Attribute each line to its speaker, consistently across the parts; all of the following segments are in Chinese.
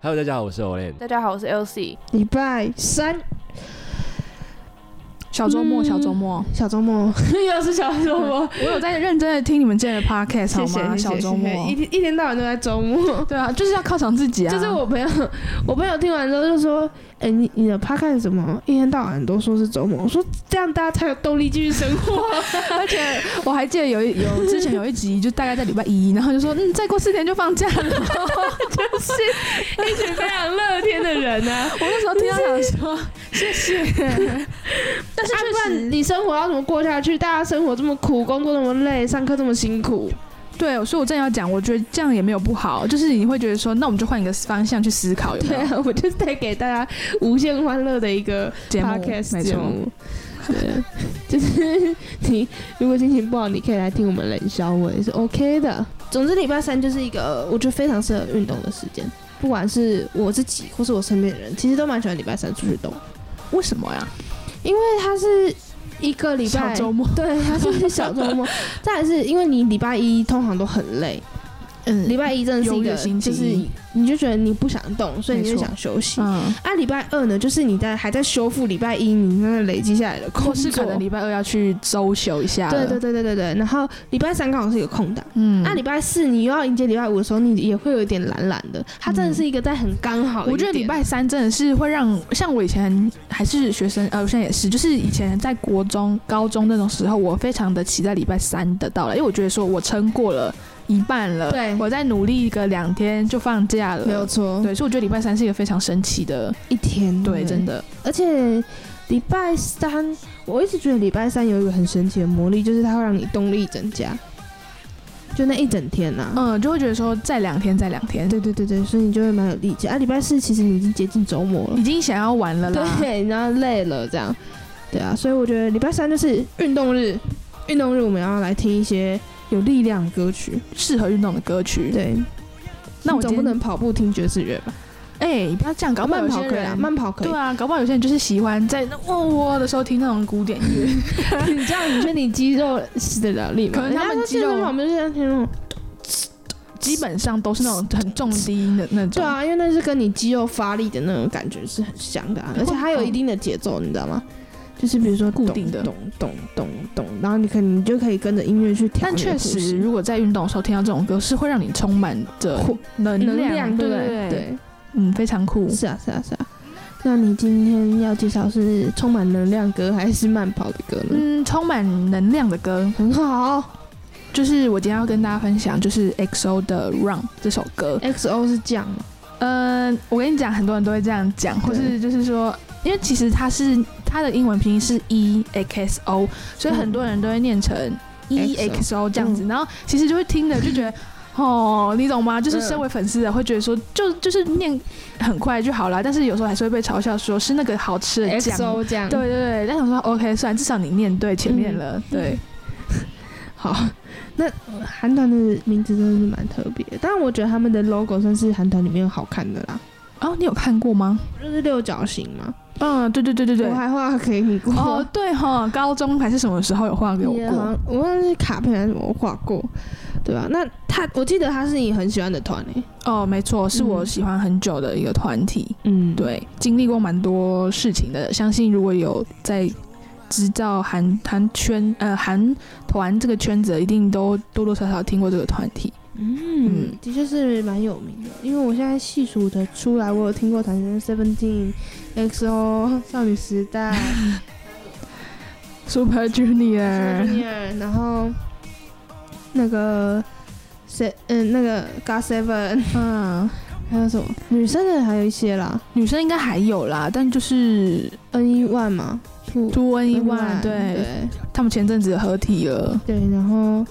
Speaker 1: Hello，大家好，我是 Olen。
Speaker 2: 大家好，我是 LC。
Speaker 3: 礼拜三
Speaker 4: 小周末，
Speaker 3: 嗯
Speaker 4: 小周末，
Speaker 3: 小周末 又是小周末，
Speaker 4: 我有在认真的听你们之前的 podcast 好
Speaker 3: 谢谢
Speaker 4: 吗？
Speaker 3: 谢
Speaker 4: 小
Speaker 3: 谢，
Speaker 4: 周
Speaker 3: 谢谢
Speaker 4: 末
Speaker 3: 一，天一天到晚都在周末。
Speaker 4: 对啊，就是要犒赏自己啊。
Speaker 3: 就是我朋友，我朋友听完之后就说：“哎、你你的 p 看什么？一天到晚都说是周末。”我说：“这样大家才有动力继续生活。
Speaker 4: 而且 我还记得有一有之前有一集，就大概在礼拜一，然后就说，嗯，再过四天就放假了。 就是”
Speaker 3: 一群非常乐天的人 呢、啊。
Speaker 4: 我那时候听到想 说，谢谢。但是
Speaker 3: 不
Speaker 4: 确
Speaker 3: 然
Speaker 4: 实，
Speaker 3: 你生活要怎么过下去？大家生活这么苦，工作那么累，上课这么辛苦，
Speaker 4: 对，所以我正要讲，我觉得这样也没有不好，就是你会觉得说，那我们就换一个方向去思考，有没
Speaker 3: 对
Speaker 4: 有？
Speaker 3: 啊，我就是带给大家无限欢乐的一个
Speaker 4: 节目
Speaker 3: podcast
Speaker 4: 没
Speaker 3: 节
Speaker 4: 错
Speaker 3: 目。对， 就是你如果心情不好，你可以来听我们冷笑话也是 OK 的。总之，礼拜三就是一个我觉得非常适合运动的时间，不管是我自己或是我身边的人，其实都蛮喜欢礼拜三出去动，
Speaker 4: 为什么呀？
Speaker 3: 因为它是一个礼
Speaker 4: 小
Speaker 3: 拜
Speaker 4: 周末，
Speaker 3: 对，它是小周 末。再来是因为你礼拜一通常都很累，
Speaker 4: 嗯
Speaker 3: 礼拜一真的是
Speaker 4: 忧
Speaker 3: 一
Speaker 4: 郁
Speaker 3: 个
Speaker 4: 星期
Speaker 3: 就是
Speaker 4: 一
Speaker 3: 你就觉得你不想动，所以你
Speaker 4: 没
Speaker 3: 就
Speaker 4: 错
Speaker 3: 想休息。
Speaker 4: 嗯，
Speaker 3: 啊，礼拜二呢，就是你在还在修复礼拜一你那累积下来的
Speaker 4: 或
Speaker 3: 工作，
Speaker 4: 哦是可能礼拜二要去周休一下。
Speaker 3: 对对，对对对对。然后礼拜三刚好是一个空档，
Speaker 4: 嗯，
Speaker 3: 那、礼拜四你又要迎接礼拜五的时候，你也会有一点懒懒的。它真的是一个在很刚好的
Speaker 4: 我
Speaker 3: 一个
Speaker 4: 觉得
Speaker 3: 点
Speaker 4: 礼拜三真的是会让，像我以前还是学生，呃，我现在也是，就是以前在国中、高中那种时候，我非常的期待礼拜三的到来，因为我觉得说我撑过了一半了，
Speaker 3: 对
Speaker 4: 我再努力个两天就放假了，
Speaker 3: 没有错，
Speaker 4: 对，所以我觉得礼拜三是一个非常神奇的，
Speaker 3: 一天
Speaker 4: 嗯对，真，的，
Speaker 3: 而且。礼拜三，我一直觉得礼拜三有一个很神奇的魔力，就是它会让你动力增加，就那一整天呐、
Speaker 4: 嗯，就会觉得说再两天，再两天，
Speaker 3: 对对对对，所以你就会蛮有力气。啊，礼拜四其实你已经接近周末了
Speaker 4: 已，经想要玩了啦，
Speaker 3: 对，然后累了这样，对啊，所以我觉得礼拜三就是运动日，运动日我们要来听一些有力量的歌曲，
Speaker 4: 适合运动的歌曲，，
Speaker 3: 对。
Speaker 4: 嗯那我
Speaker 3: 你总
Speaker 4: 今
Speaker 3: 不
Speaker 4: 天
Speaker 3: 能跑步听爵士乐吧？
Speaker 4: 哎、不要这样，搞不好
Speaker 3: 慢
Speaker 4: 有
Speaker 3: 跑
Speaker 4: 些
Speaker 3: 可以啊，
Speaker 4: 人。
Speaker 3: 慢跑可以。
Speaker 4: 对啊，搞不好有些人就是喜欢在那喔喔的时候听那种古典乐，
Speaker 3: 你这样，你觉得你肌肉使得了力吗？
Speaker 4: 可能他们
Speaker 3: 人
Speaker 4: 肌
Speaker 3: 家说
Speaker 4: 肉
Speaker 3: 健身房不是这样听那哦种？
Speaker 4: 基本上都是那种很重低音的那种。
Speaker 3: 对，啊，因为那是跟你肌肉发力的那种感觉是很像的、啊，而且它有一定的节奏，你知道吗？就是比如说
Speaker 4: 嗯固定的
Speaker 3: 咚咚咚咚，咚然后你可能你就可以跟着音乐去调
Speaker 4: 但
Speaker 3: 你的
Speaker 4: 确
Speaker 3: 呼
Speaker 4: 实，
Speaker 3: 吸。
Speaker 4: 如果在运动的时候听到这种歌，是会让你充满着
Speaker 3: 酷
Speaker 4: 能
Speaker 3: 能
Speaker 4: 量，
Speaker 3: 量，
Speaker 4: 对
Speaker 3: 对
Speaker 4: 不
Speaker 3: 不
Speaker 4: 对？
Speaker 3: 对。
Speaker 4: 嗯，非常酷。
Speaker 3: 是啊，是啊，是啊。那你今天要介绍是充满能量歌还是慢跑的歌呢？
Speaker 4: 嗯，充满能量的歌，
Speaker 3: 很好
Speaker 4: 就是我今天要跟大家分享，就是 XO 的《Run》这首歌。
Speaker 3: ，XO 是这样嘛？
Speaker 4: 嗯，我跟你讲，很多人都会这样讲，或
Speaker 3: 对
Speaker 4: 是就是说，因为其实它是它的英文拼音是 E X O，所以很多人都会念成 E X O 这样子，然后其实就会听的就觉 得。哦，你懂吗？就是身为粉丝的会觉得说，就就是念很快就好了，但是有时候还是会被嘲笑说是那个好吃的酱。
Speaker 3: ，XO 这样，
Speaker 4: 对对，对，但想说 OK，算至少你念对前面了，对，
Speaker 3: 好。那呃韩团的名字真的是蛮特别，但我觉得他们的 logo 算是韩团里面好看的啦，
Speaker 4: 哦，你有看过吗？
Speaker 3: 就是六角形嘛。
Speaker 4: 嗯，对对对对对
Speaker 3: 我。还画给你过，
Speaker 4: 哦，对哈，高中还是什么时候有画给我
Speaker 3: 也好
Speaker 4: 过？
Speaker 3: 像我忘记是卡片还是什么我画过，对吧、那他，我记得他是你很喜欢的团欸诶、
Speaker 4: 哦，没错，是我
Speaker 3: 嗯
Speaker 4: 喜欢很久的一个团体。
Speaker 3: 嗯，
Speaker 4: 对，经历过蛮多事情的，相信如果有在知道韩韩圈呃韩团这个圈子，一定都多多少少听过这个团体。
Speaker 3: 嗯，的确是蛮有名的，因为我现在细数的出来，我有听过谭咏麟、Seventeen、XO、少女时代、
Speaker 4: Super Junior，
Speaker 3: Junior，然后那个谁，嗯，那个 God Seven，
Speaker 4: 嗯，
Speaker 3: 还有什么女生的还有一些啦
Speaker 4: 女生应该还有啦，但就是
Speaker 3: ，N E One 嘛，Two
Speaker 4: Two N 以
Speaker 3: N
Speaker 4: 外，
Speaker 3: One，
Speaker 4: 嗯对他们前阵子合体了。
Speaker 3: 对对，然后。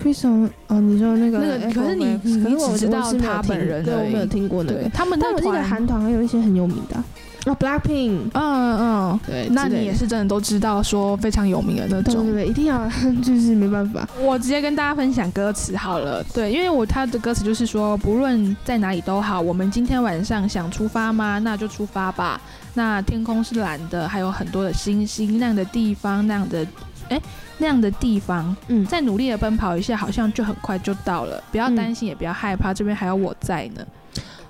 Speaker 3: Chrison，哦，你说那个
Speaker 4: 那个
Speaker 3: FOX，
Speaker 4: 可是你
Speaker 3: 嗯
Speaker 4: 你
Speaker 3: 可是我
Speaker 4: 只知
Speaker 3: 我
Speaker 4: 道
Speaker 3: 是没有
Speaker 4: 他
Speaker 3: 听
Speaker 4: 本人
Speaker 3: 对，
Speaker 4: 而
Speaker 3: 我
Speaker 4: 已
Speaker 3: 没有听过那个
Speaker 4: 对，，他们
Speaker 3: 但
Speaker 4: 那
Speaker 3: 我记得
Speaker 4: 团，哦
Speaker 3: 韩团还有一些很有名的啊，啊，Blackpink，
Speaker 4: 嗯嗯，
Speaker 3: 对
Speaker 4: 那
Speaker 3: 之类
Speaker 4: 你
Speaker 3: 的
Speaker 4: 也是真的都知道说非常有名的那
Speaker 3: 对
Speaker 4: 种
Speaker 3: 对。对，一定要，就是没办法。
Speaker 4: 我直接跟大家分享歌词好了，对，因为我他的歌词就是说，不论在哪里都好，我们今天晚上想出发吗？那就出发吧。那天空是蓝的，还有很多的星星，那样的地方，那样的，哎，那样的地方，
Speaker 3: 嗯
Speaker 4: 再努力的奔跑一下，好像就很快就到了。不要
Speaker 3: 嗯
Speaker 4: 担心，也不要害怕，这边还有我在呢。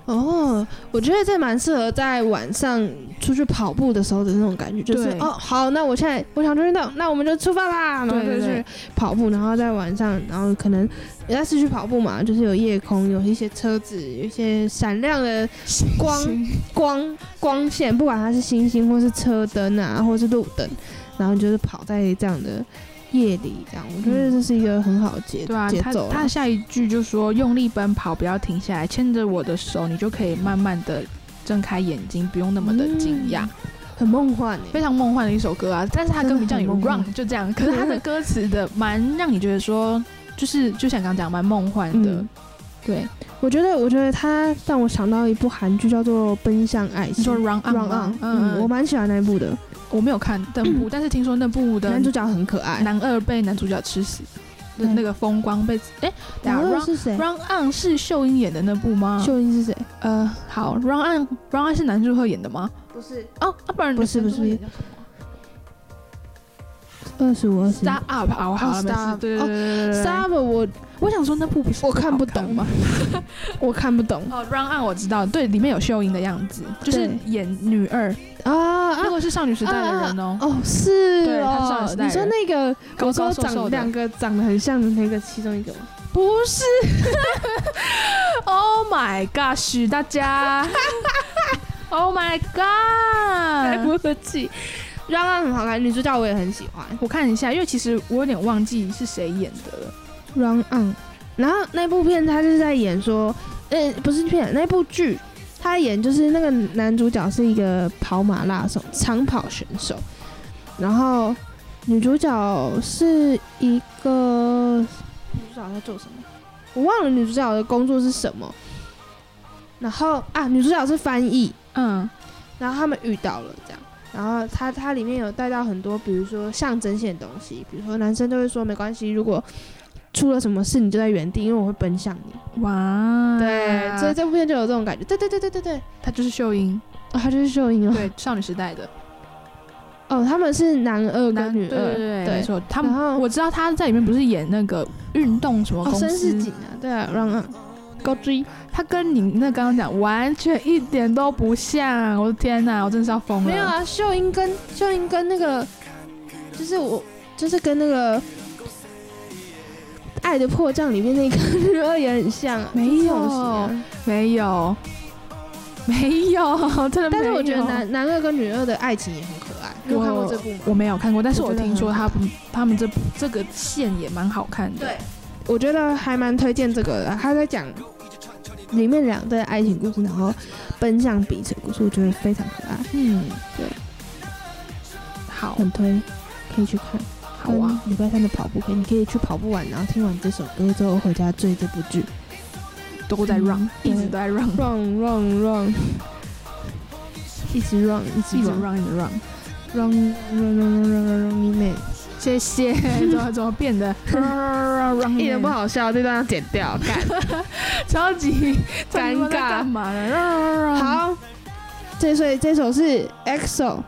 Speaker 3: 哦，我觉得这蛮适合在晚上出去跑步的时候的那种感觉，就是
Speaker 4: 对
Speaker 3: 哦，好，那我现在我想去运动，那我们就出发啦，然后
Speaker 4: 对
Speaker 3: 就
Speaker 4: 对
Speaker 3: 去跑步，然后在晚上，然后可能人家是去跑步嘛，就是有夜空，有一些车子，有一些闪亮的光光光线，不管它是星星或是车灯啊，或是路灯，然后你就是跑在这样的夜里，这样我觉得这是一个很好的节
Speaker 4: 对啊，
Speaker 3: 节
Speaker 4: 他
Speaker 3: 奏
Speaker 4: 他
Speaker 3: 啦。
Speaker 4: 下一句就说用力奔跑，不要停下来，牵着我的手，你就可以慢慢的睁开眼睛，不用那么的惊讶。
Speaker 3: 很梦幻欸诶、
Speaker 4: 非常梦幻的一首歌啊，但是它歌名叫你
Speaker 3: 真的很梦
Speaker 4: Run，
Speaker 3: 幻
Speaker 4: 就这样。可是它的歌词的蛮让你觉得说，就是就像刚刚讲，蛮梦幻的。
Speaker 3: 嗯
Speaker 4: 对，
Speaker 3: 我觉得，我觉得他让我想到一部韩剧，叫做《奔向爱
Speaker 4: 你
Speaker 3: 情
Speaker 4: 说》Run On，
Speaker 3: ，Run
Speaker 4: 吗
Speaker 3: On，
Speaker 4: 嗯
Speaker 3: 嗯，我
Speaker 4: 我
Speaker 3: 蛮喜欢那一部的，
Speaker 4: 我没有看那部，但是听说那部的
Speaker 3: 男主角很可爱。
Speaker 4: 男二被男主角吃死的
Speaker 3: 对
Speaker 4: 那个风光被哎，等
Speaker 3: 然
Speaker 4: 下
Speaker 3: 后
Speaker 4: Run 嗯
Speaker 3: 是谁？
Speaker 4: Run On 是秀英演的那部吗？
Speaker 3: 秀英是谁？
Speaker 4: 呃，好，Run On Run On 是男主角演的吗？
Speaker 3: 不是
Speaker 4: 哦，啊不然
Speaker 3: 不是
Speaker 4: 男主角
Speaker 3: 不是
Speaker 4: 演叫什么
Speaker 3: 二十五、二十。
Speaker 4: Star Up 啊，我好像
Speaker 3: 哦
Speaker 4: 没
Speaker 3: ，Star
Speaker 4: 事
Speaker 3: Up，
Speaker 4: 对对
Speaker 3: 哦
Speaker 4: 对对对对。
Speaker 3: Star 我
Speaker 4: 我想说那部不是
Speaker 3: 我看不
Speaker 4: 好
Speaker 3: 懂啊
Speaker 4: 吗？
Speaker 3: 我看不懂
Speaker 4: 哦，Run On 我知道，对，里面有秀英的样子，就是
Speaker 3: 对
Speaker 4: 演女二，
Speaker 3: 啊
Speaker 4: 那
Speaker 3: 啊！
Speaker 4: 个是少女时代的人哦。
Speaker 3: 哦，是
Speaker 4: 对他是少女
Speaker 3: 哦
Speaker 4: 时，代
Speaker 3: 你说
Speaker 4: 人
Speaker 3: 那个
Speaker 4: 高高
Speaker 3: 我说
Speaker 4: 瘦瘦
Speaker 3: 长
Speaker 4: 的
Speaker 3: 两个长得很像的那个其中一个吗？
Speaker 4: 不是，Oh my gosh，大 家，Oh my
Speaker 3: 来
Speaker 4: god，
Speaker 3: 哎不及，让他很好看，女主角我也很喜欢。
Speaker 4: 我看一下，因为其实我有点忘记是谁演的了。
Speaker 3: Run On，然后那部片他是在演说，呃，不是片，那部剧他在演就是那个男主角是一个跑马拉松长跑选手，然后女主角是一个女主角在做什么？我忘了女主角的工作是什么。然后啊，女主角是翻译，
Speaker 4: 嗯，
Speaker 3: 然后他们遇到了这样，然后它它里面有带到很多，比如说象征性的东西，比如说男生都会说没关系，如果出了什么事你就在原地，因为我会奔向你。
Speaker 4: 哇，
Speaker 3: 对，所以这部片就有这种感觉。对对对对对对，
Speaker 4: 她就是秀 英，
Speaker 3: 哦，他就是秀英哦。
Speaker 4: 对，少女时代的
Speaker 3: 哦，他们是男二跟女
Speaker 4: 对对
Speaker 3: 二，
Speaker 4: 对，
Speaker 3: 对
Speaker 4: 没错，他
Speaker 3: 然
Speaker 4: 们
Speaker 3: 后
Speaker 4: 我知道她在里面不是演那个运动什么
Speaker 3: 哦，
Speaker 4: 公
Speaker 3: 绅士
Speaker 4: 司
Speaker 3: 景，啊，对啊，让啊，高追。
Speaker 4: 他跟你那刚刚讲完全一点都不像，我的天哪，我真是要疯了。
Speaker 3: 没有，啊，秀英跟秀英跟那个，就是我，就是跟那个《爱的迫降》里面那个 女二也很像啊，
Speaker 4: 没有
Speaker 3: 就是这种型啊
Speaker 4: 没有，没有， 真的没有。
Speaker 3: 但是我觉得男男二跟女二的爱情也很可爱。你有看过这部吗？
Speaker 4: 我没有看过，但是我
Speaker 3: 我觉得
Speaker 4: 听说
Speaker 3: 很
Speaker 4: 他
Speaker 3: 好
Speaker 4: 们他们这这个线也蛮好看的。
Speaker 3: 对我觉得还蛮推荐这个的。他在讲里面两对爱情故事，然后奔向彼此的故事，我觉得非常可爱，
Speaker 4: 嗯，
Speaker 3: 对，
Speaker 4: 好，
Speaker 3: 很推，可以去看。
Speaker 4: 好啊，，
Speaker 3: 礼拜三的跑步可以，你可以去跑步完，然后听完这首歌之后回家追这部剧。
Speaker 4: 都在 run，
Speaker 3: 嗯
Speaker 4: 一直都在 run，
Speaker 3: Run run run，一直 run 一直
Speaker 4: 一直
Speaker 3: run
Speaker 4: run，一直 run。
Speaker 3: run run run run run run 你妹，
Speaker 4: 谢谢， 怎么怎么变得 run run
Speaker 3: 一点
Speaker 4: run
Speaker 3: 不
Speaker 4: run，
Speaker 3: 好笑，这段要剪掉，干。
Speaker 4: 超级超
Speaker 3: 尴尬
Speaker 4: 级不知道在干嘛呢？run run run，
Speaker 3: 好，这所以这首是 EXO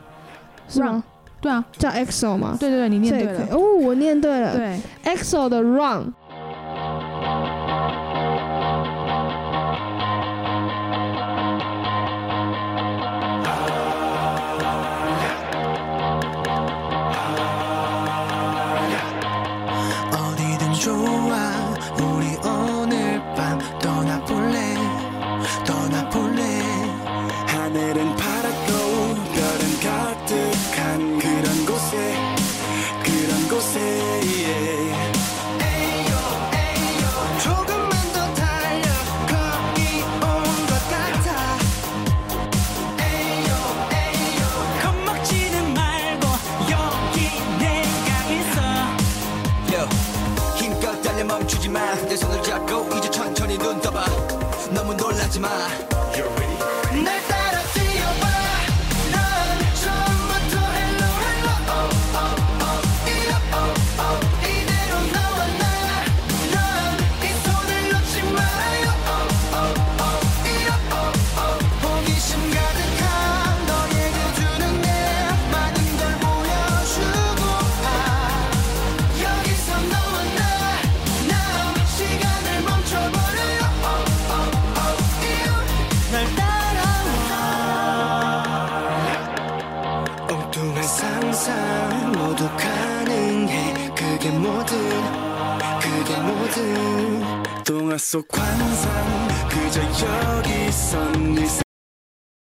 Speaker 3: 是吗？
Speaker 4: 对啊，
Speaker 3: 叫 EXO 吗？
Speaker 4: 对对对，你念
Speaker 3: 这也
Speaker 4: 对
Speaker 3: 可以
Speaker 4: 了，
Speaker 3: 哦，我念对了。
Speaker 4: 对。
Speaker 3: EXO 的 Run。
Speaker 1: 어디든 좋아 우리 오늘 밤 떠나볼래 떠나볼래 하늘은 파랗고 별은 가득한 그런 곳에 그런 곳에 yeah. 에이요. 어, 어, 항상 모두 가능해 그게 뭐든 그게 뭐든 동화 속 환상 그저 여기선 네